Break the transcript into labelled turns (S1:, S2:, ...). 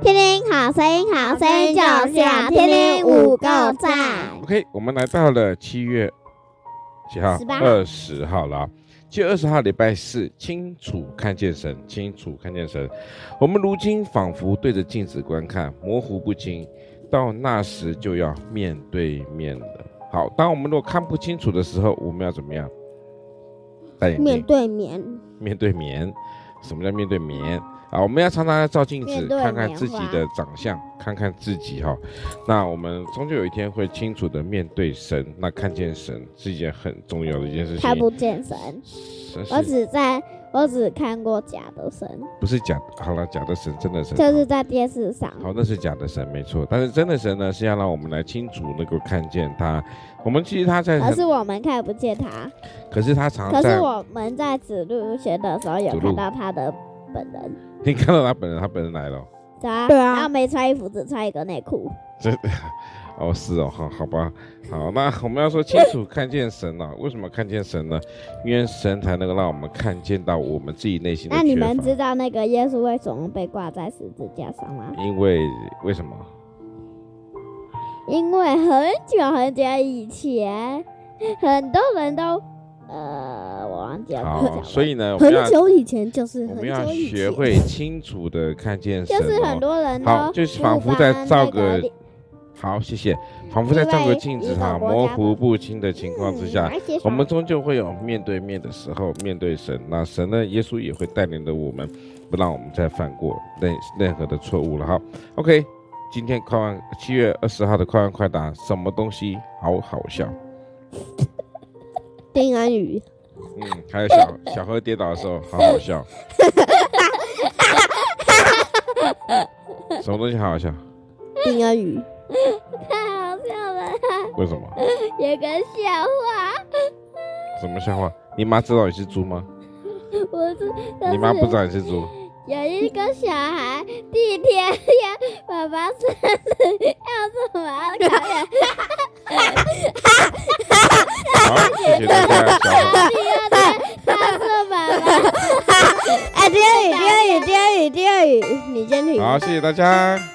S1: 天天好声音，好声音就是要天天五个赞。
S2: OK，我们来到了七月几号
S1: 18？
S2: 二十号了啊。七月二十号，礼拜四，清楚看见神，清楚看见神。我们如今仿佛对着镜子观看，模糊不清。到那时就要面对面了。好，当我们如果看不清楚的时候，我们要怎么样？戴眼
S1: 面
S2: 镜，
S1: 对面，
S2: 面对面。什么叫面对面？啊，我们要常常要照镜
S1: 面
S2: 子，
S1: 对
S2: 看看
S1: 棉
S2: 自己
S1: 花
S2: 的长相，看看自己哈、那我们终究有一天会清楚的面对神，那看见神是一件很重要的一件事情。
S1: 看不见神。
S2: 神
S1: 我
S2: 是
S1: 只在我只看过假的神，
S2: 不是假的？好了，假的神，真的神。
S1: 就是在电视上。
S2: 好，那是假的神，没错。但是真的神呢，是要让我们来清楚能够看见他。我们其实他在
S1: 可
S2: 很，
S1: 是我们看不见他，
S2: 可是他常
S1: 可
S2: 在
S1: 是，我们在指路学的时候有
S2: 指路
S1: 看到他的本人，
S2: 你看到他本人，他本人来了哦。
S1: 对啊，
S3: 对啊
S1: 然后没穿衣服，只穿一个内裤，
S2: 哦，是哦，好，好吧，好，那我们要说清楚看见神了、为什么看见神呢？因为神才能够让我们看见到我们自己内心的
S1: 那你
S2: 缺
S1: 们知
S2: 乏。
S1: 道那个耶稣为什么被挂在十字架上吗？
S2: 因为为什么？
S1: 因为很久很久以前，很多人都呃，我忘记了怎么讲
S2: 好，
S1: 了。
S2: 所以呢，我
S3: 很
S2: 们要
S3: 久以前就是
S2: 我
S3: 很
S2: 们要
S3: 久以前，
S2: 学会清楚的看见神、
S1: 就
S2: 哦。
S1: 是很多人
S2: 好
S1: 都
S2: 就是
S1: 不
S2: 仿佛
S1: 把
S2: 在照
S1: 那
S2: 个
S1: 里
S2: 好，谢谢。仿佛在照个
S1: 因为
S2: 镜
S1: 一
S2: 子
S1: 个
S2: 哈，
S1: 国
S2: 模
S1: 家
S2: 糊不清的情况之下
S1: 嗯，而且
S2: 我
S1: 仿
S2: 们终究会有面对面的时候，面对神。那神呢，耶稣也会带领着我们，不让我们再犯过任任何的错误了哈。OK，今天快问七月二十号的快问快答，什么东西好好笑？
S3: 丁安宇，
S2: 嗯，还有小小何跌倒的时候，好好笑。什么东西好好笑？
S3: 丁安宇，
S1: 太好笑了，
S2: 为什么？
S1: 有个笑话，
S2: 什么笑话？你妈知道你是猪吗？
S1: 我是
S2: 你妈不知
S1: 道。
S2: 道你是猪。
S1: 有一个小孩第一天要爸爸生日要做马烤鸭，
S2: 好，谢谢大家，小何。
S1: 第二天他做爸爸。
S3: 哎，丁安宇，丁安宇，丁安宇，丁安宇，你先停。
S2: 好，谢谢大家。